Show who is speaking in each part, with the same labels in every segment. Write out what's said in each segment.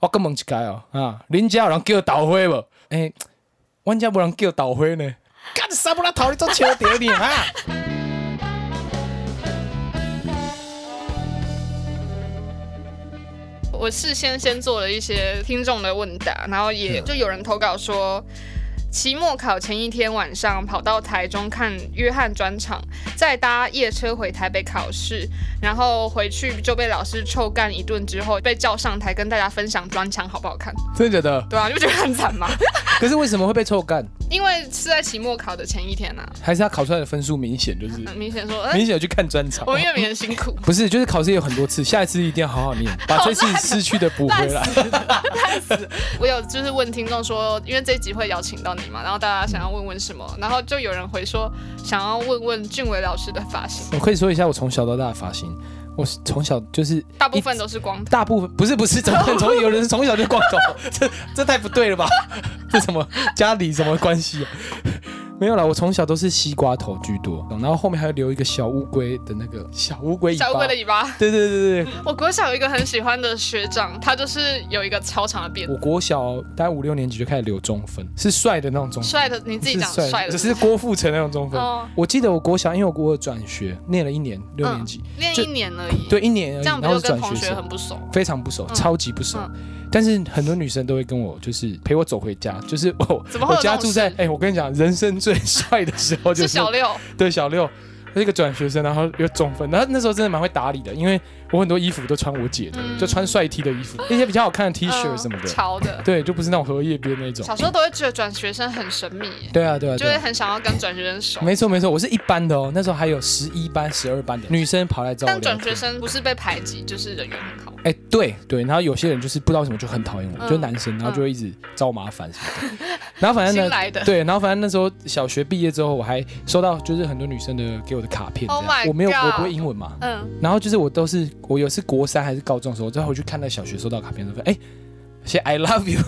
Speaker 1: 我搁问一解哦，啊，恁遮有人叫豆花无？诶、阮遮无人叫豆花呢。干啥不拉头，你做笑着你啊哈？
Speaker 2: 我事先先做了一些听众的问答，然后也就有人投稿说，期末考前一天晚上跑到台中看约翰专场，再搭夜车回台北考试，然后回去就被老师臭干一顿之后，被叫上台跟大家分享专场好不好看？
Speaker 1: 真的假的？
Speaker 2: 对啊，你不觉得很惨吗？
Speaker 1: 可是为什么会被臭干？
Speaker 2: 因为是在期末考的前一天呐、
Speaker 1: 还是他考出来的分数明显就是
Speaker 2: 很明显说，哎、
Speaker 1: 明显有去看专场
Speaker 2: 我？们越比人辛苦。
Speaker 1: 不是，就是考试有很多次，下一次一定要好好念，把这次失去的补回来。
Speaker 2: 我有就是问听众说，因为这一集会邀请到你嘛，然后大家想要问问什么，然后就有人回说想要问问俊伟老师的发型，
Speaker 1: 我可以说一下我从小到大的发型，我是从小就是
Speaker 2: 大部分都是光头，
Speaker 1: 大部分不是不是，怎么可能从有人是从小就光头？ 这这太不对了吧？ 这什么家里什么关系、啊？没有啦，我从小都是西瓜头居多，然后后面还留一个小乌龟的那个小乌龟尾巴。
Speaker 2: 小乌龟的尾巴。
Speaker 1: 对对对对，
Speaker 2: 我国小有一个很喜欢的学长，他就是有一个超长的辫子，
Speaker 1: 我国小大概五六年级就开始留中分，是帅的那种中分，
Speaker 2: 帅的，你自己讲
Speaker 1: 是的
Speaker 2: 帅的
Speaker 1: 只。是郭富城那种中分。
Speaker 2: 哦，
Speaker 1: 我记得我国小，因为我国二转学，念了一年六年级，
Speaker 2: 练
Speaker 1: 就
Speaker 2: 一年而已，，
Speaker 1: 对一年而已，
Speaker 2: 嗯这样不
Speaker 1: 然后
Speaker 2: 就是跟
Speaker 1: 转
Speaker 2: 同
Speaker 1: 学
Speaker 2: 学
Speaker 1: 生。
Speaker 2: 很不熟？
Speaker 1: 非常不熟，
Speaker 2: 嗯
Speaker 1: 超级不熟。但是很多女生都会跟我，就是陪我走回家， 就是我
Speaker 2: 怎么会
Speaker 1: 我
Speaker 2: 有这
Speaker 1: 家
Speaker 2: 种
Speaker 1: 住在
Speaker 2: 事
Speaker 1: 哎、我跟你讲，人生最帅的时候就是
Speaker 2: 是小六，
Speaker 1: 对小六，那个转学生，然后有中分，然后那时候真的蛮会打理的，因为我很多衣服都穿我姐的，
Speaker 2: 嗯
Speaker 1: 就穿帅 T 的衣服，一些比较好看的 T 恤
Speaker 2: 嗯
Speaker 1: 什么的，
Speaker 2: 潮的。
Speaker 1: 对，就不是那种荷叶边那种
Speaker 2: 小。时候都会觉得转学生很神秘耶，
Speaker 1: 对啊，对啊，
Speaker 2: 就
Speaker 1: 对
Speaker 2: 会
Speaker 1: 啊。
Speaker 2: 很想要跟转学生熟。
Speaker 1: 没错没错，我是一班的哦，那时候还有十一班、十二班的女生跑来找我
Speaker 2: 但
Speaker 1: 聊天。
Speaker 2: 转学生不是被排挤，就是人缘很好。
Speaker 1: 哎、对对，然后有些人就是不知道为什么就很讨厌我，
Speaker 2: 嗯
Speaker 1: 就是男生，然后就会一直找我麻烦什么的。然后反正
Speaker 2: 新
Speaker 1: 呢，
Speaker 2: 来的，
Speaker 1: 哎 对，然后反正那时候小学毕业之后，我还收到就是很多女生的给我的卡片这样
Speaker 2: Oh my
Speaker 1: 我没有我
Speaker 2: God
Speaker 1: 不会英文嘛，
Speaker 2: 嗯，
Speaker 1: 然后就是我都是我有是国三还是高中的时候，我再回去看那小学收到卡片，就说哎。写 I love you，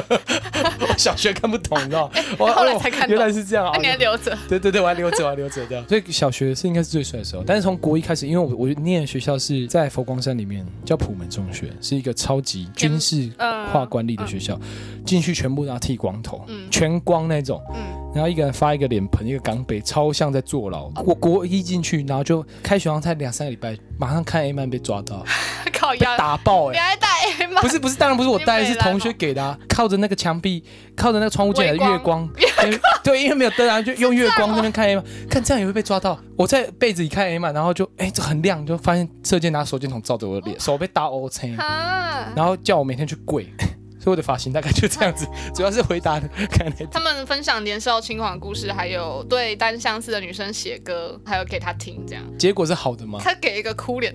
Speaker 1: 我小学看不懂，你知 道吗？我
Speaker 2: 哎后来
Speaker 1: 哦
Speaker 2: 才看
Speaker 1: 原
Speaker 2: 懂哎
Speaker 1: 来是这样啊
Speaker 2: 那！你还留着？
Speaker 1: 对对对，我还留着，我还留着这样。所以小学是应该是最帅的时候，但是从国一开始，因为我我念的学校是在佛光山里面，叫普门中学，是一个超级军事
Speaker 2: 嗯
Speaker 1: 跨管理的学校，进去全部都要剃光头，
Speaker 2: 嗯
Speaker 1: 全光那种，
Speaker 2: 嗯，
Speaker 1: 然后一个人发一个脸盆，一个钢杯，超像在坐牢。我国一进去，然后就开学好像才两三个礼拜，马上看 A 曼被抓到，
Speaker 2: 靠
Speaker 1: 被
Speaker 2: 压，
Speaker 1: 打爆
Speaker 2: 你
Speaker 1: 哎、
Speaker 2: 还带 A 吗？
Speaker 1: 不 是不是，当然不是我带，
Speaker 2: 你
Speaker 1: 是
Speaker 2: 北兰哦
Speaker 1: 同学给的、啊。靠着那个墙壁，靠着那个窗户进来的
Speaker 2: 微光
Speaker 1: 月 光，对对，因为没有灯啊，就用月光那边看 A 曼，看这样也会被抓到。我在被子里看 A 曼，然后就哎、这很亮，就发现射箭拿手电筒照着我
Speaker 2: 哦
Speaker 1: 的脸，手被打 O 青，
Speaker 2: 啊，
Speaker 1: 然后叫我每天去跪。 所以我的发型大概就这 样子，主要是回答的看那
Speaker 2: 他们分享年少轻狂的故事，还有对单相思的女生写歌，还有给她听这样。
Speaker 1: 结果是好的吗？
Speaker 2: 他给一个哭脸，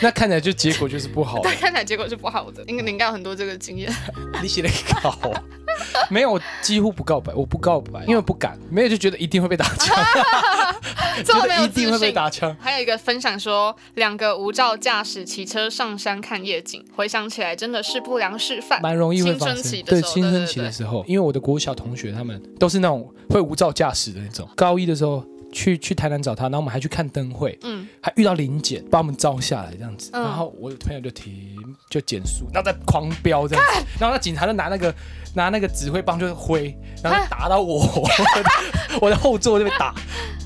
Speaker 1: 那看起来就结果就是不好的
Speaker 2: 但。看起来结果是不好的。应该你应该有很多这个经 验。
Speaker 1: 你写了个稿哦，没有，我几乎不告白，我不告白，因为不敢，没有就 觉得一定会被打 枪，
Speaker 2: 这啊
Speaker 1: 觉
Speaker 2: 么没
Speaker 1: 得
Speaker 2: 有
Speaker 1: 一定
Speaker 2: 自
Speaker 1: 会被
Speaker 2: 信。
Speaker 1: 打枪。
Speaker 2: 还有一个分享说，两个无照驾驶骑车上山看夜景，回想起来真的是不良示范。
Speaker 1: 蛮容易会
Speaker 2: 青
Speaker 1: 发
Speaker 2: 春
Speaker 1: 生
Speaker 2: 期，的
Speaker 1: 对
Speaker 2: 时候
Speaker 1: 青
Speaker 2: 对
Speaker 1: 春
Speaker 2: 对
Speaker 1: 期
Speaker 2: 对
Speaker 1: 的时候，因为我的国小同学他们都是那种会无照驾驶的那
Speaker 2: 嗯
Speaker 1: 种。高一的时候去去台南找他，然后我们还去看灯会，
Speaker 2: 嗯，
Speaker 1: 还遇到林检把我们照下来这样子，
Speaker 2: 嗯
Speaker 1: 然后我的朋友就停就减速，然后再狂飙这样子，然后那警察就拿那个拿那个指挥棒就挥，然后就打到我， 我的后座就被打，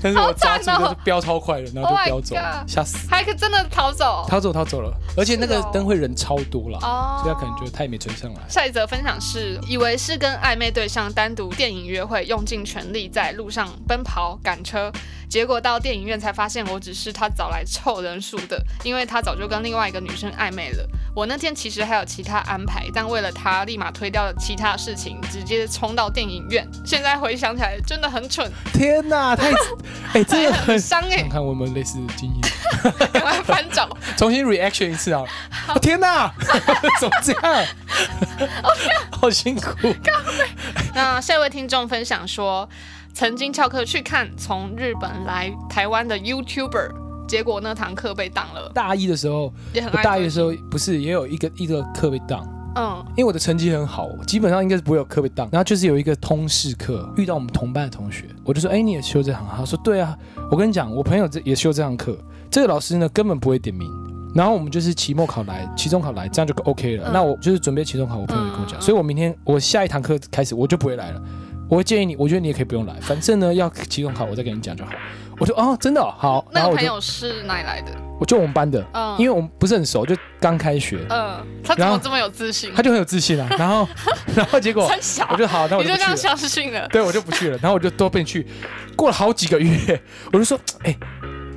Speaker 1: 但是我
Speaker 2: 好
Speaker 1: 抓
Speaker 2: 惨
Speaker 1: 住然后
Speaker 2: 哦
Speaker 1: 就飙超快了，然后就
Speaker 2: Oh my
Speaker 1: 飙走，
Speaker 2: God
Speaker 1: 吓死，
Speaker 2: 还可以真的逃走
Speaker 1: 逃走逃走了，而且那个
Speaker 2: 是哦
Speaker 1: 灯会人超多啦，
Speaker 2: 哦
Speaker 1: 所以他可能就他也没追上来。
Speaker 2: 下一则分享是，以为是跟暧昧对象单独电影约会，用尽全力在路上奔跑赶车，结果到电影院才发现我只是他找来凑人数的，因为他早就跟另外一个女生暧昧了。我那天其实还有其他安排，但为了他，立马推掉了其他事情，直接冲到电影院。现在回想起来，真的很蠢，
Speaker 1: 天哪，太哎、真的很
Speaker 2: 很伤
Speaker 1: 想
Speaker 2: 哎、
Speaker 1: 看我有没有类似的经验，
Speaker 2: 赶快翻找。
Speaker 1: 重新 reaction 一次啊！哦、天哪， 怎么这样？
Speaker 2: 哦
Speaker 1: 好辛苦。
Speaker 2: 那下一位听众分享说，曾经翘课去看从日本来台湾的 YouTuber，结果那堂课被挡了，
Speaker 1: 大一的时候，
Speaker 2: 也很
Speaker 1: 我
Speaker 2: 爱
Speaker 1: 大一
Speaker 2: 喝
Speaker 1: 的时候不是也有一个一个课被当，
Speaker 2: 嗯
Speaker 1: 因为我的成绩很好，基本上应该是不会有课被当。然后就是有一个通识课，遇到我们同班的同学，我就说：“哎、你也修这堂？”他说：“对啊。”我跟你讲，我朋友这也修这堂课，这个老师呢根本不会点名，然后我们就是期末考来，期中考来，这样就 OK 了。
Speaker 2: 嗯
Speaker 1: 那我就是准备期中考，我朋友也跟我
Speaker 2: 嗯
Speaker 1: 讲，
Speaker 2: 嗯
Speaker 1: 所以我明天我下一堂课开始我就不会来了。我会建议你，我觉得你也可以不用来，反正呢要期中考我再跟你讲就好。我就哦，真的、哦、好，然
Speaker 2: 那
Speaker 1: 后
Speaker 2: 个
Speaker 1: 我
Speaker 2: 朋
Speaker 1: 就
Speaker 2: 友是哪里来的？
Speaker 1: 我就我们班的，
Speaker 2: 嗯，
Speaker 1: 因为
Speaker 2: 为
Speaker 1: 我们不是很熟，就刚开学，
Speaker 2: 嗯，他怎
Speaker 1: 然后
Speaker 2: 么这么有自信？
Speaker 1: 他就很有自信啊。然后 然后 结果
Speaker 2: 很小
Speaker 1: 我，就好，那我
Speaker 2: 你
Speaker 1: 就
Speaker 2: 就
Speaker 1: 不
Speaker 2: 这
Speaker 1: 去了
Speaker 2: 样。相信了？
Speaker 1: 对，我就不去了。然后我就多被你去，过了好几个月， 我就说，哎、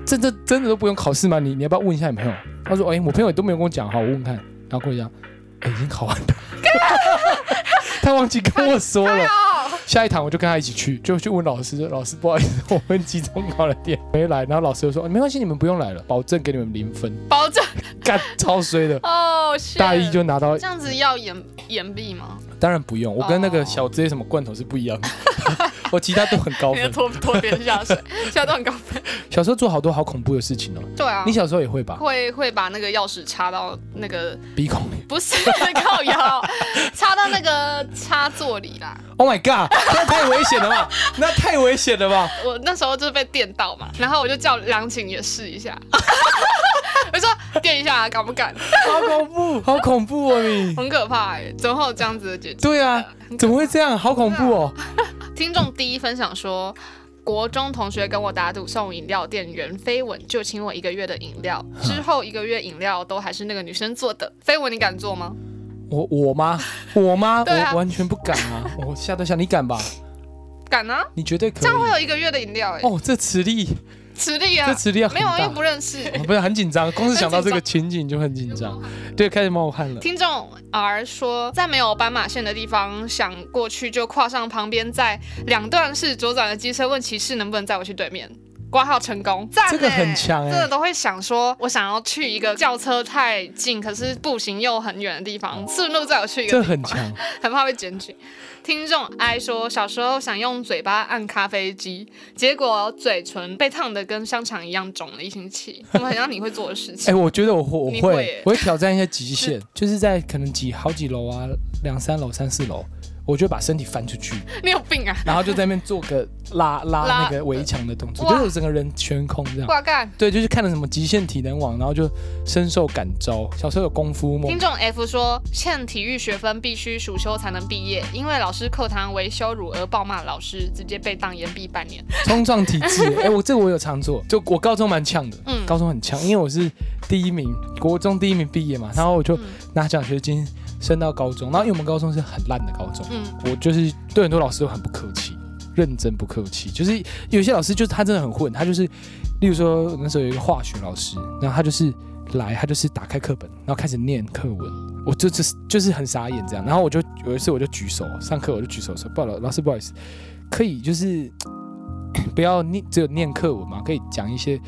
Speaker 1: 这这真的都不用考试吗？你你要不要问一下你朋友？他说，哎、我朋友都没有跟我讲，好，我问问看。然后跟我讲，哎、已经考完了， 他忘记跟我说了。
Speaker 2: 哦，
Speaker 1: 下一堂我就跟他一起去，就去问老师，说老师不好意思， 我们集中考了点没来。然后老师就说，没关系，你们不用来了，保证给你们零分。
Speaker 2: 保证
Speaker 1: 干，超衰 的。
Speaker 2: 哦，shit
Speaker 1: 大一就拿到
Speaker 2: 这，样子要掩掩蔽吗？
Speaker 1: 当然不用，我跟那个
Speaker 2: 哦
Speaker 1: 小这些什么罐头是不一样的， 我其他都很高
Speaker 2: 你的
Speaker 1: 分。
Speaker 2: 拖拖别人 下水，现在都很高分。
Speaker 1: 小时候做好多好恐怖的事情哦，
Speaker 2: 对啊
Speaker 1: 你，小时候也会吧？
Speaker 2: 会会把那个钥匙插到那个
Speaker 1: 鼻孔里。
Speaker 2: 不是 靠腰，插到那个 插座里啦。
Speaker 1: Oh my god！那太危险了 吧？那太危险了吧？
Speaker 2: 我那时候就是被电到嘛，然后我就叫梁琴也试一下， 我说电一下啊敢不敢？
Speaker 1: 好恐怖，好恐怖哦你！
Speaker 2: 很可怕哎、怎么会有这样子的姐姐？
Speaker 1: 对啊，怎么会这样？好恐怖哦！
Speaker 2: 听众第一分享说。国中同学跟我打赌送饮料店员飞吻，就请我一个月的饮料。之后一个月饮料都还是那个女生做的。飞吻你敢做吗？
Speaker 1: 我我吗？我吗？
Speaker 2: 对啊
Speaker 1: 我完全不敢啊！我吓都吓，你敢吧？
Speaker 2: 敢啊！
Speaker 1: 你绝对可
Speaker 2: 这样会
Speaker 1: 以。
Speaker 2: 有一个月的饮料哎、欸，
Speaker 1: 哦，这磁力，
Speaker 2: 实力啊
Speaker 1: 这！磁力要很
Speaker 2: 没有，又
Speaker 1: 大。
Speaker 2: 不认识。
Speaker 1: 哦不是很紧张，光是想到这个
Speaker 2: 很
Speaker 1: 情景就很紧张，对，开始冒汗了。
Speaker 2: 听众 R 说，在没有斑马线的地方想过去，就跨上旁边在两段式左转的机车，问骑士能不能载我去对面。挂号成功，赞欸
Speaker 1: 这个很强欸
Speaker 2: 真的都会想说，我想要去一个轿车太近，可是步行又很远的地方，顺路载我去一
Speaker 1: 嗯这
Speaker 2: 个，
Speaker 1: 很强，
Speaker 2: 很怕被检举。听众 I 说，小时候想用嘴巴按咖啡机，结果嘴唇被烫的跟香肠一样肿了一星期。 我们很像你会做的事
Speaker 1: 哎，
Speaker 2: 情，
Speaker 1: 我觉得我会，我
Speaker 2: 你会
Speaker 1: 会
Speaker 2: 耶，
Speaker 1: 我会挑战一些极限，就是在可能几好几楼啊，两三楼、三四楼，我就会把身体翻出去，
Speaker 2: 你有病啊！
Speaker 1: 然后就在那边做个拉拉
Speaker 2: 拉
Speaker 1: 那个围墙的动作，
Speaker 2: 哇
Speaker 1: 就是我整个人悬空这样。
Speaker 2: 挂干。
Speaker 1: 对，就是看了什么《极限体能网》，然后就深受感召。小时候有功夫梦
Speaker 2: 听，众 F 说，欠体育学分必须暑修才能毕业，因为老师课堂为羞辱而暴骂老师，直接被当延毕半年。
Speaker 1: 冲撞体质。哎，我这个我有常做，就我高中蛮呛的，
Speaker 2: 嗯
Speaker 1: 高中很呛，因为我是第一名，国中第一名毕业嘛，然后我
Speaker 2: 嗯
Speaker 1: 就拿奖学金升到高中，然后因为我们高中是很烂的高中，
Speaker 2: 嗯，
Speaker 1: 我就是对很多老师都很不客气，认真不客气。就是有些老师就是他真的很混，他就是，例如说那时候有一个化学老师，然后他就是来，他就是打开课本，然后开始念课文，
Speaker 2: 嗯
Speaker 1: 我就就是就是很傻眼这样。然后我就有一次我就举手，上课我就举手说，不好意思老师不好意思，可以就是 不要念只有念课文嘛，可以讲一些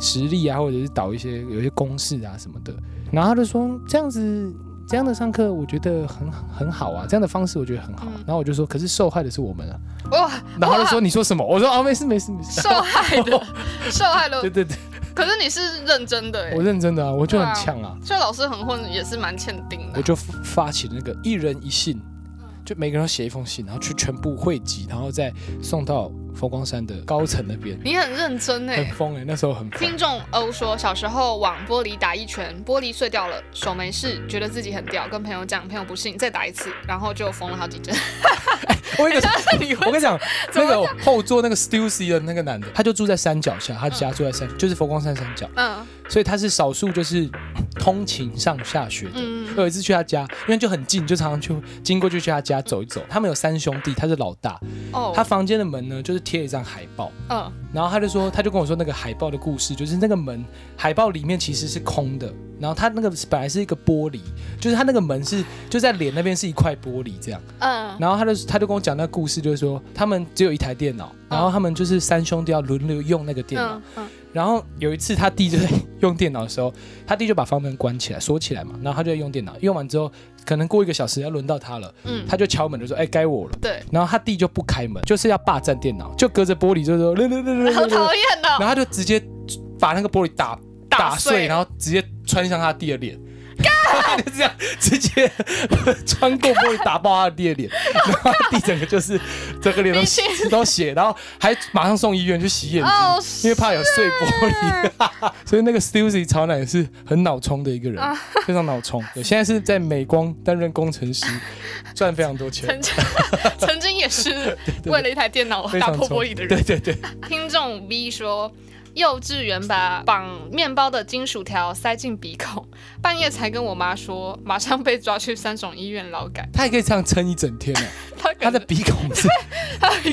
Speaker 1: 实例啊，或者是导一些有一些公式啊什么的。然后他就说这样子。这样的上课我觉得很很好啊，这样的方式我觉得很好。
Speaker 2: 嗯
Speaker 1: 然后我就说，可是受害的是我们 啊。
Speaker 2: 哇，
Speaker 1: 然后他就说你说什么？我说哦，没事没事没事。
Speaker 2: 受害的， 受害
Speaker 1: 对
Speaker 2: 的。
Speaker 1: 对对，
Speaker 2: 可是你是认真的哎
Speaker 1: 我，认真的啊，我就
Speaker 2: 对
Speaker 1: 很
Speaker 2: 啊
Speaker 1: 呛啊，
Speaker 2: 所以老师很混也是蛮欠定的
Speaker 1: 我。就发起那个一人一信，
Speaker 2: 嗯
Speaker 1: 就每个人都写一封信，然后去全部汇集，然后再送到佛光山的高层那边。
Speaker 2: 你很认真
Speaker 1: 很
Speaker 2: 哎。
Speaker 1: 疯哎、那时候很疯
Speaker 2: 听。众 O 说，小时候往玻璃打一拳，玻璃碎掉了，手没事，觉得自己很屌，跟朋友讲，朋友不信，再打一次，然后就缝了好几针。
Speaker 1: 我 跟你讲，
Speaker 2: 你
Speaker 1: 我跟你讲，那
Speaker 2: 怎么
Speaker 1: 个后座那个 Stussy 的那个男的，他就住在山脚下，他家住在山，就是佛光山山脚，
Speaker 2: 嗯
Speaker 1: 所以他是少数就是通勤上下学的。
Speaker 2: 嗯
Speaker 1: 我有一次去他家，因为就很近，就常常去经过就去他家走一走。他们有三兄弟，他是老大，
Speaker 2: 哦，
Speaker 1: 呃他房间的门呢，就是贴一张海报，
Speaker 2: 嗯
Speaker 1: 然后他就说，他就跟我说那个海报的故事，就是那个门海报里面其实是空的，然后他那个本来是一个玻璃，就是他那个门是就在脸那边是一块玻璃这样，
Speaker 2: 嗯
Speaker 1: 然后他就他就跟我讲那个故事，就是说他们只有一台电脑，然后他们就是三兄弟要轮流用那个电脑，
Speaker 2: 嗯嗯
Speaker 1: 然后有一次他弟就在用电脑的时候，他弟就把房门关起来锁起来嘛，然后他就在用电脑，用完之后可能过一个小时要轮到他了，
Speaker 2: 嗯，
Speaker 1: 他就敲门就说，哎、该我了。
Speaker 2: 对。
Speaker 1: 然后他弟就不开门，就是要霸占电脑，就隔着玻璃就说，
Speaker 2: 好
Speaker 1: 然
Speaker 2: 讨厌哦！
Speaker 1: 后他就直接把那个玻璃打
Speaker 2: 打
Speaker 1: 打碎，
Speaker 2: 碎
Speaker 1: 然后直接穿向他弟的脸， 就这样直接穿过玻璃打爆他的爹 脸，然后他弟整个就是整个脸都
Speaker 2: 毕竟
Speaker 1: 都血，然后还马上送医院去洗眼睛，
Speaker 2: 哦
Speaker 1: 因为怕有碎玻璃。 所以那个 Stussy 潮男是很脑冲的一个人，
Speaker 2: 啊
Speaker 1: 非常脑冲。对，现在是在美光担任工程 师，赚非常多钱。
Speaker 2: 曾经曾经 也是为了一台电脑
Speaker 1: 非
Speaker 2: 打
Speaker 1: 常
Speaker 2: 破
Speaker 1: 冲
Speaker 2: 玻璃的人
Speaker 1: 对。对对，
Speaker 2: 听众 V 说，幼稚园把绑面包的金属条塞进鼻孔，半夜才跟我妈说，马上被抓去三种医院劳改。
Speaker 1: 他也可以这样撑一整天哎，
Speaker 2: 他可
Speaker 1: 他的
Speaker 2: 能
Speaker 1: 鼻孔 是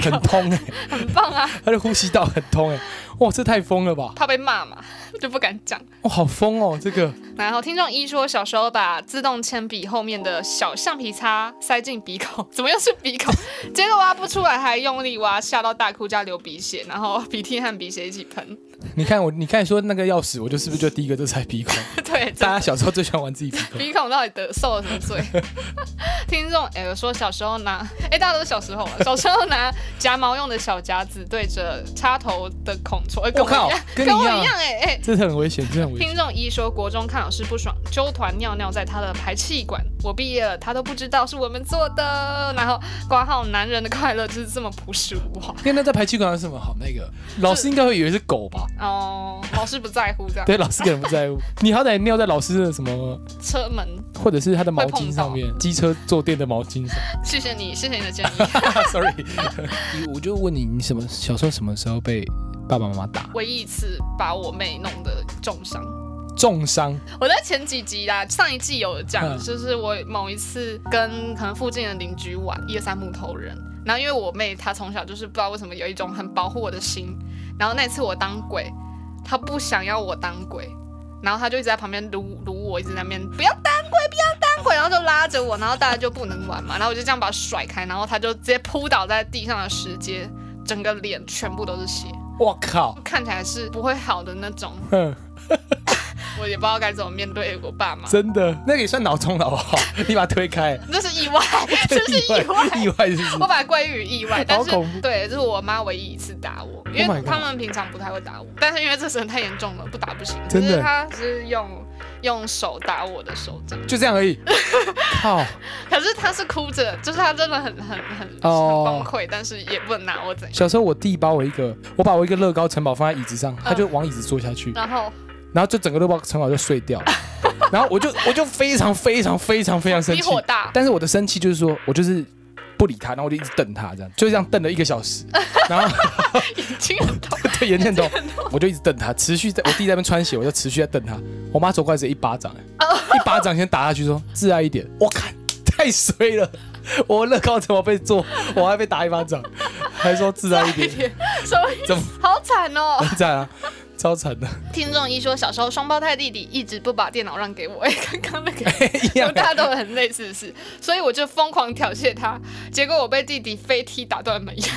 Speaker 1: 很通哎，
Speaker 2: 很棒啊，
Speaker 1: 他的呼吸道很通哎，哇，这太疯了吧！
Speaker 2: 怕被骂嘛，就不敢讲。
Speaker 1: 哇，好疯哦，这个
Speaker 2: 然后听众一说，小时候把自动铅笔后面的小橡皮擦塞进鼻孔，怎么又是鼻孔？ 结果啊挖不出来，还用力挖，吓到大哭加流鼻血，然后鼻涕和鼻血一起喷。
Speaker 1: 你看我，你看你说那个钥匙，我就是不是就第一个就猜鼻 孔？
Speaker 2: 对，真
Speaker 1: 大家
Speaker 2: 的
Speaker 1: 小时候最喜欢玩自己鼻孔。
Speaker 2: 鼻孔到底得受了什么罪？听众 L 说，小时候拿，哎、大家都是小时候啊，小时候拿夹毛用的小夹子对着插头的孔戳，哎、跟
Speaker 1: 我靠
Speaker 2: 一样，
Speaker 1: 跟
Speaker 2: 跟
Speaker 1: 你一
Speaker 2: 我
Speaker 1: 样
Speaker 2: 一样、哎哎、
Speaker 1: 这是很危险，这是很危 险。
Speaker 2: 听众一说，国中看老师不爽，揪团尿尿在他的排气管。我毕业了，他都不知道是我们做的。然后挂号，男人的快乐就是这么朴实无华。
Speaker 1: 因为那在排气管有什么好？那个老师应该会以为是狗吧？
Speaker 2: 哦，老师不在乎这 样，
Speaker 1: 对，老师可能不 在乎。你好歹尿在老师的什么，
Speaker 2: 车门。
Speaker 1: 或者是他的毛
Speaker 2: 会碰
Speaker 1: 巾
Speaker 2: 到
Speaker 1: 上面，机车坐垫的毛巾 上。
Speaker 2: 谢谢你，谢谢你的建议。
Speaker 1: Sorry，我就问你，你什么小时候什么时候被爸爸妈妈打？
Speaker 2: 唯一一次把我妹弄得重伤。
Speaker 1: 重伤？
Speaker 2: 我在前几集啦，上一季有讲，
Speaker 1: 嗯
Speaker 2: 就是我某一次跟可能附近的邻居玩一二三木头人，然后因为我妹她从小就是不知道为什么有一种很保护我的心，然后那次我当鬼，她不想要我当鬼，然后她就一直在旁边撸撸我，一直在那边不要当鬼，不要当鬼，然后就拉着我，然后大家就不能玩嘛，然后我就这样把她甩开，然后她就直接扑倒在地上的石阶，整个脸全部都是血，
Speaker 1: 我靠！
Speaker 2: 看起来是不会好的那种，
Speaker 1: 嗯，
Speaker 2: 我也不知道该怎么面对我爸妈。
Speaker 1: 真的，那个也算脑冲了好不好？ 你把它推开，
Speaker 2: 这是意 外， 这是意外。哦
Speaker 1: 意外就是
Speaker 2: 我把它归于意外，但是
Speaker 1: 恐怖
Speaker 2: 对，这是我妈唯一一次打我，因
Speaker 1: Oh my
Speaker 2: 为
Speaker 1: God
Speaker 2: 他们平常不太会打我，但是因为这次太严重了，不打不行。
Speaker 1: 真的
Speaker 2: 只是她是用用手打我的手掌，
Speaker 1: 就这样而 已。靠！
Speaker 2: 可是她是哭着，就是她真的很很很很
Speaker 1: 哦
Speaker 2: 崩溃，但是也不能拿我怎样。
Speaker 1: 小时候我弟把我一个，我把我一个乐高城堡放在椅子
Speaker 2: 嗯
Speaker 1: 上，他就往椅子坐下去，
Speaker 2: 然后
Speaker 1: 然后就整个乐高城堡就碎掉了。 然后我就我就非常非常非常非常生
Speaker 2: 你
Speaker 1: 气，
Speaker 2: 火大，
Speaker 1: 但是我的生气就是说我就是不理他，然后我就一直瞪他，这样就这样瞪了一个小 时，然后
Speaker 2: 眼睛很痛，
Speaker 1: 对眼镜头，我就一直瞪他，持续在我弟在那边穿鞋，我就持续在瞪他。我妈走过来直接一巴掌、欸一巴掌先打下去说自爱一点。我看 太衰了，我乐高怎么被做，我还被打一巴掌，还说自爱一点，
Speaker 2: 所以
Speaker 1: 怎么
Speaker 2: 好惨 哦。
Speaker 1: 很惨啊，超惨 的，
Speaker 2: 听众一说，小时候双胞胎弟弟一直不把电脑让给我，哎， 刚刚那个。
Speaker 1: 一
Speaker 2: 我
Speaker 1: 样
Speaker 2: 们。大家都有很类似的事，所以我就疯狂挑衅他，结果我被弟弟飞踢打断门牙，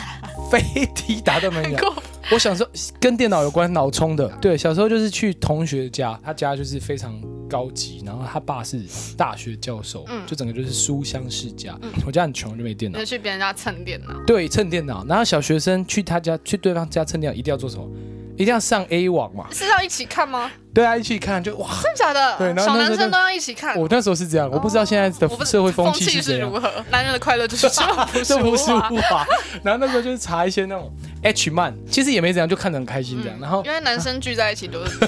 Speaker 1: 飞踢打断门牙。
Speaker 2: 过分
Speaker 1: 我小时候跟电脑有关，脑充的。对，小时候就是去同学家，他家就是非常高级，然后他爸是大学教授，
Speaker 2: 嗯
Speaker 1: 就整个就是书香世家。我家很穷，就没电脑
Speaker 2: 你就。去别人家蹭电脑，
Speaker 1: 对，蹭电脑。然后小学生去他家，去对方家蹭电脑，一定要做什么？一定要上 A 网嘛。
Speaker 2: 是要一起看吗？
Speaker 1: 对啊，一起看就哇！
Speaker 2: 真的假
Speaker 1: 对
Speaker 2: 的？
Speaker 1: 然后
Speaker 2: 小
Speaker 1: 那
Speaker 2: 男
Speaker 1: 时候
Speaker 2: 生都要一起看，
Speaker 1: 我那时候是这样，我不知道现在
Speaker 2: 我
Speaker 1: 的
Speaker 2: 不
Speaker 1: 社会
Speaker 2: 风
Speaker 1: 风气是怎
Speaker 2: 是
Speaker 1: 样
Speaker 2: 如。何，男人的快 乐就是啊这么朴实
Speaker 1: 这
Speaker 2: 无
Speaker 1: 不是
Speaker 2: 华。
Speaker 1: 哇，然后那时候就是查一些那种 H 漫，其实也没怎样，就看得很开心这样。然后
Speaker 2: 因为男生聚在一 起都是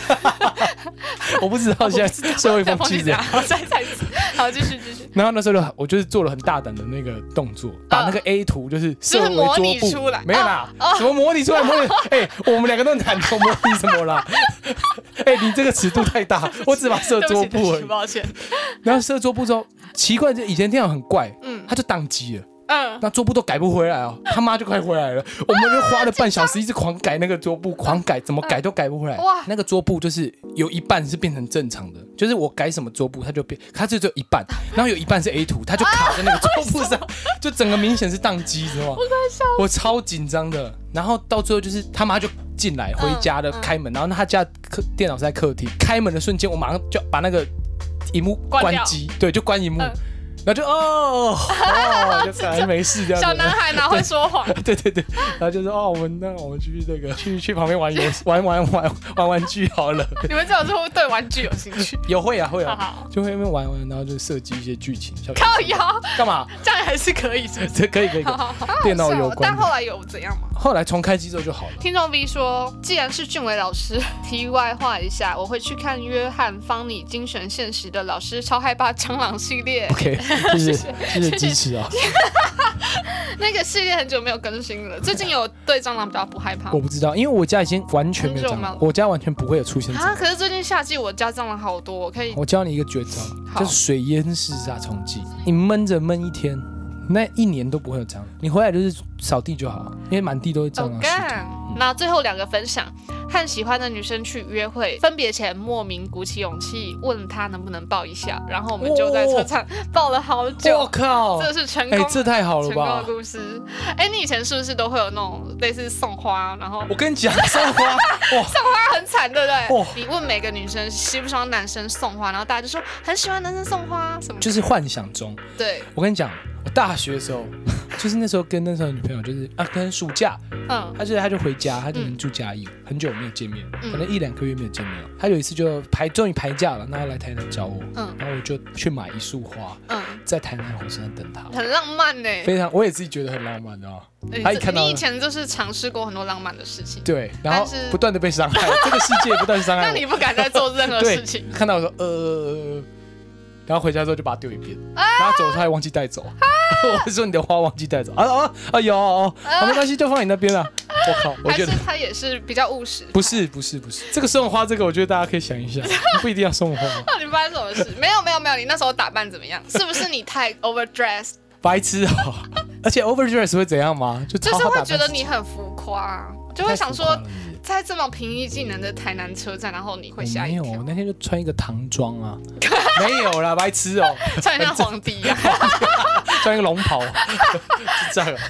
Speaker 1: 我不知道现在社会风
Speaker 2: 风
Speaker 1: 气
Speaker 2: 气
Speaker 1: 是
Speaker 2: 这
Speaker 1: 怎样
Speaker 2: 样。。好 再再一次，好继续继续，
Speaker 1: 然后那时候就我就是做了很大胆的那个动作，把那个 A 图就是设为
Speaker 2: 嗯就是模
Speaker 1: 桌
Speaker 2: 拟
Speaker 1: 布，
Speaker 2: 出来啊哦
Speaker 1: 没有啦，什么模拟出来模 拟？哎、我们两个都很难懂模拟什么啦？哎、你这个尺度太大，我只把设
Speaker 2: 对不
Speaker 1: 桌
Speaker 2: 起，对
Speaker 1: 布
Speaker 2: 不
Speaker 1: 而
Speaker 2: 起，
Speaker 1: 已。
Speaker 2: 抱歉。
Speaker 1: 然后设桌布之后，奇怪，就以前电脑很怪，
Speaker 2: 嗯
Speaker 1: 它就宕机了，
Speaker 2: 嗯，
Speaker 1: 那桌布都改不回来哦，他妈就快回来了，我们就花了半小时一直狂改那个桌布，狂改怎么改都改不回来。
Speaker 2: 哇
Speaker 1: 那个桌布就是有一半是变成正常的，就是我改什么桌布它就变，它就只有一半，然后有一半是 A 图，它就卡在那个桌布上，就整个明显是宕机，知道吗？我超紧张的，然后到最后就是他妈就。进来回家的
Speaker 2: 嗯嗯
Speaker 1: 开门，然后他家客电脑是在客厅，开门的瞬间，我马上就把那个荧幕
Speaker 2: 关
Speaker 1: 关
Speaker 2: 掉
Speaker 1: 机，对，就关荧幕
Speaker 2: 嗯，
Speaker 1: 然后就哦哦，就反正没事这样子。
Speaker 2: 小男孩哪会说谎？
Speaker 1: 对对对，然后就是哦，我们那我们去那个去去旁边玩游玩玩玩玩玩具好了，
Speaker 2: 你们这种是会对玩具有兴 趣？
Speaker 1: 有会啊会
Speaker 2: 好
Speaker 1: 啊，
Speaker 2: 好，
Speaker 1: 就会那边玩玩，然后就设计一些剧情。小
Speaker 2: 靠腰，
Speaker 1: 干嘛？
Speaker 2: 这样还是可以，是不是？
Speaker 1: 这可以可以，可
Speaker 2: 好
Speaker 1: 以
Speaker 2: 好好，
Speaker 1: 电脑
Speaker 2: 是哦
Speaker 1: 有关的
Speaker 2: 但后来有怎样吗？
Speaker 1: 后来重开机之后就好了。
Speaker 2: 听众 V 说，既然是俊伟老师， 题外话一下，我会去看约翰·方里精选现实的老师超害怕蟑螂系 列，
Speaker 1: OK，谢谢谢谢支持啊！
Speaker 2: 那个系列很久没有更新了，最近有对蟑螂比较不 害怕
Speaker 1: 我。不知道，因为我家已经完全没有蟑
Speaker 2: 很久
Speaker 1: 螂
Speaker 2: 吗，
Speaker 1: 我家完全不会有出现蟑
Speaker 2: 啊！
Speaker 1: 螂。
Speaker 2: 可是最近夏季我家蟑螂好多，我可以
Speaker 1: 我教你一个绝招，
Speaker 2: 好
Speaker 1: 叫水淹式杀虫剂。你闷着闷一天，那一年都不会有蟑螂。你回来就是扫地就好，因为满地都是蟑
Speaker 2: 走
Speaker 1: 螂尸体。
Speaker 2: 干。那最后两个分享，和喜欢的女生去约会，分别前莫名鼓起勇气问她能不能抱一下，然后我们就在车上抱了好
Speaker 1: 我
Speaker 2: 久，
Speaker 1: 靠！
Speaker 2: 这是成
Speaker 1: 哎、
Speaker 2: 功。
Speaker 1: 这太好了
Speaker 2: 成功的
Speaker 1: 吧！
Speaker 2: 故事，哎、你以前是不是都会有那种类似送花，然后
Speaker 1: 我跟你讲，送 花哇，
Speaker 2: 他很惨，对不对？
Speaker 1: 哦
Speaker 2: 你问每个女生喜不喜欢男生送花，然后大家就说很喜欢男生送花什么的，
Speaker 1: 就是幻想中。
Speaker 2: 对，
Speaker 1: 我跟你讲，我大学的时候，就是那时候跟那时候的女朋友，就是啊，可能暑假，
Speaker 2: 嗯，
Speaker 1: 她就她就回家，她就
Speaker 2: 嗯
Speaker 1: 住嘉义，很久没有见面，
Speaker 2: 嗯
Speaker 1: 可能一两个月没有见面了。她有一次就排，终于排假了，那她来台南找我，
Speaker 2: 嗯
Speaker 1: 然后我就去买一束花，
Speaker 2: 嗯，
Speaker 1: 在台南火车站等她，
Speaker 2: 很浪漫呢、
Speaker 1: 非常，我也自己觉得很浪漫啊。
Speaker 2: 你
Speaker 1: 他一看到
Speaker 2: 你以前就是尝试过很多浪漫的事情，
Speaker 1: 对，然后
Speaker 2: 但是
Speaker 1: 不断的被伤害， 这个世界不断地伤害
Speaker 2: 那
Speaker 1: 我。
Speaker 2: 你不敢再做任何
Speaker 1: 对
Speaker 2: 事情，
Speaker 1: 看到我说呃，然后回家之后就把它丢一边，
Speaker 2: 啊
Speaker 1: 然后走的时候还忘记带走， 我说你的花忘记带走啊啊啊有哦，啊没关系，就放你那边了。我靠，我
Speaker 2: 还
Speaker 1: 觉
Speaker 2: 是
Speaker 1: 得
Speaker 2: 他也是比较务实？
Speaker 1: 不，是不是不是，这个送花这个我觉得大家可以想一 下，不一定要送花，
Speaker 2: 到底发生什么 事？没有没有没有，你那时候打扮怎么样？是不是你太 overdressed，
Speaker 1: 白痴哦。而且 overdress 会怎样吗？就
Speaker 2: 就
Speaker 1: 超
Speaker 2: 是
Speaker 1: 好打
Speaker 2: 会
Speaker 1: 扮
Speaker 2: 觉得
Speaker 1: 自己
Speaker 2: 你很浮夸，就
Speaker 1: 太
Speaker 2: 会
Speaker 1: 浮
Speaker 2: 想
Speaker 1: 夸
Speaker 2: 说
Speaker 1: 了。哎你
Speaker 2: 在这么平易近人的台南车站，然后你
Speaker 1: 我
Speaker 2: 会吓
Speaker 1: 没
Speaker 2: 一
Speaker 1: 有，
Speaker 2: 跳，
Speaker 1: 我那天就穿一个唐装啊，没有啦，白痴哦，
Speaker 2: 穿得像皇帝一 样。
Speaker 1: 穿一个龙 袍，是这样啊。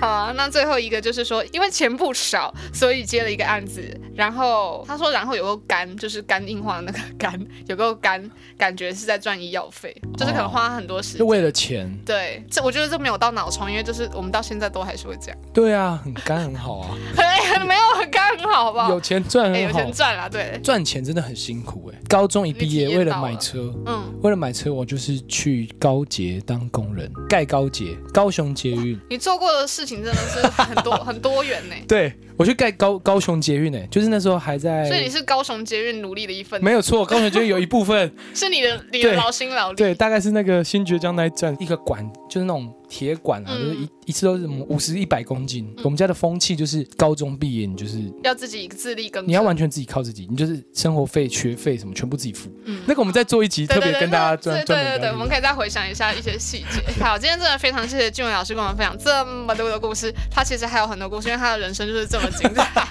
Speaker 2: 好啊，那最后一个就是说，因为钱不少，所以接了一个案子。然后他说，然后有个干，就是肝硬化的那个肝，有个干，感觉是在赚医药费，就是可
Speaker 1: 哦
Speaker 2: 能花很多时
Speaker 1: 就
Speaker 2: 间。
Speaker 1: 为了钱，
Speaker 2: 对，这我觉得这没有到脑充，因为就是我们到现在都还是会这样。
Speaker 1: 对啊，很干很好啊，
Speaker 2: 哎，没有很肝很好，好不好？
Speaker 1: 有钱赚
Speaker 2: 哎、
Speaker 1: 很
Speaker 2: 有
Speaker 1: 好
Speaker 2: 钱。赚啦，对，
Speaker 1: 赚钱真的很辛苦哎、高中一毕业，
Speaker 2: 你体
Speaker 1: 为
Speaker 2: 验
Speaker 1: 了
Speaker 2: 到了
Speaker 1: 买车，
Speaker 2: 嗯，
Speaker 1: 为了买车，我就是去高捷当工人，盖高捷，高雄捷运。
Speaker 2: 你做过的事情真的是很多 很多元呢、
Speaker 1: 对，我去盖高高雄捷 运哎、就是那时候还在，
Speaker 2: 所以你是高雄捷运努力的一份，
Speaker 1: 没有错，高雄捷运有一部 分，
Speaker 2: 是你的你的
Speaker 1: 对
Speaker 2: 劳心劳力。
Speaker 1: 对，大概是那个新觉江那一站一个管，就是那种铁管啊，
Speaker 2: 嗯
Speaker 1: 就是一一次都是五十一百公斤。
Speaker 2: 嗯
Speaker 1: 我们家的风气就是高中毕业，你就是
Speaker 2: 要自己自力更生。
Speaker 1: 你要完全自己靠自己，你就是生活费、学费什么全部自己付。
Speaker 2: 嗯
Speaker 1: 那个我们再做一集
Speaker 2: 对
Speaker 1: 特
Speaker 2: 对
Speaker 1: 别
Speaker 2: 对，
Speaker 1: 跟大家
Speaker 2: 那
Speaker 1: 专
Speaker 2: 对
Speaker 1: 专门
Speaker 2: 对对对，我
Speaker 1: 聊
Speaker 2: 们
Speaker 1: 这个。
Speaker 2: 可以再回想一下一些细节。 好，今天真的非常谢谢俊文老师跟我们分享这么多的故事，他其实还有很多故事，因为他的人生就是这么精彩。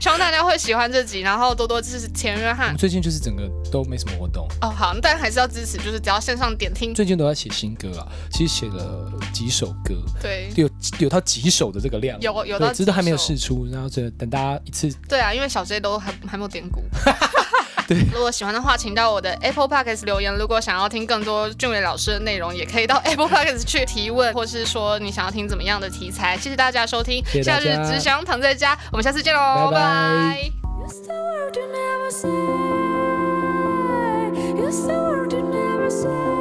Speaker 2: 希望大家会喜欢这集，然后多多支持钱约
Speaker 1: 我
Speaker 2: 翰
Speaker 1: 们。最近就是整个都没什么活动。
Speaker 2: 哦，好，但还是要支持，就是只要线上点听，
Speaker 1: 最近都在写新歌啊，其实写了几首歌，
Speaker 2: 对，
Speaker 1: 有有到几首的这个量，
Speaker 2: 有有到
Speaker 1: 对，
Speaker 2: 几
Speaker 1: 这
Speaker 2: 首
Speaker 1: 都还没有试出，然后这等大家一次
Speaker 2: 对啊，因为小 J 都还还没 有点鼓。 如果喜欢的话，请到我的 Apple Podcast 留言。如果想要听更多俊伟老师的内容，也可以到 Apple Podcast 去提问，或是说你想要听怎么样的题材。谢谢大家收听，
Speaker 1: 谢谢
Speaker 2: 夏
Speaker 1: 大
Speaker 2: 日
Speaker 1: 家
Speaker 2: 只想躺在家，我们下次见喽，
Speaker 1: 拜拜
Speaker 2: 拜
Speaker 3: It's the word you never say. It's the word you never say.